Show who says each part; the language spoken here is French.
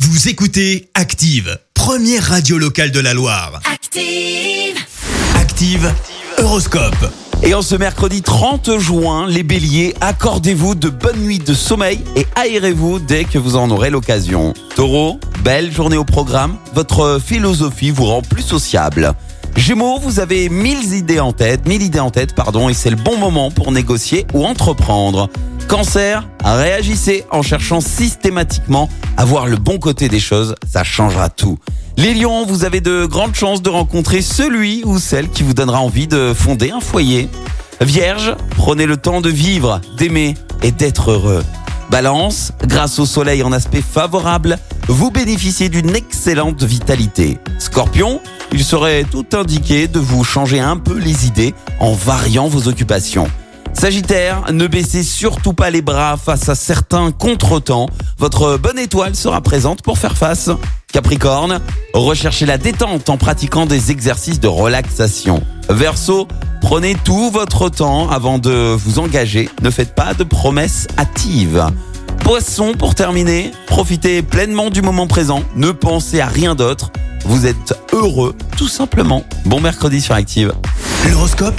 Speaker 1: Vous écoutez Active, première radio locale de la Loire.
Speaker 2: Active.
Speaker 1: Active, Horoscope.
Speaker 3: Et en ce mercredi 30 juin, les béliers, accordez-vous de bonnes nuits de sommeil et aérez-vous dès que vous en aurez l'occasion. Taureau, belle journée au programme, votre philosophie vous rend plus sociable. Gémeaux, vous avez mille idées en tête, mille idées en tête, pardon, et c'est le bon moment pour négocier ou entreprendre. Cancer, réagissez en cherchant systématiquement à voir le bon côté des choses, ça changera tout. Les lions, vous avez de grandes chances de rencontrer celui ou celle qui vous donnera envie de fonder un foyer. Vierge, prenez le temps de vivre, d'aimer et d'être heureux. Balance, grâce au soleil en aspect favorable, vous bénéficiez d'une excellente vitalité. Scorpion, il serait tout indiqué de vous changer un peu les idées en variant vos occupations. Sagittaire, ne baissez surtout pas les bras face à certains contretemps. Votre bonne étoile sera présente pour faire face. Capricorne, recherchez la détente en pratiquant des exercices de relaxation. Verseau, prenez tout votre temps avant de vous engager. Ne faites pas de promesses hâtives. Poisson, pour terminer, profitez pleinement du moment présent. Ne pensez à rien d'autre. Vous êtes heureux, tout simplement. Bon mercredi sur Active.
Speaker 1: L'horoscope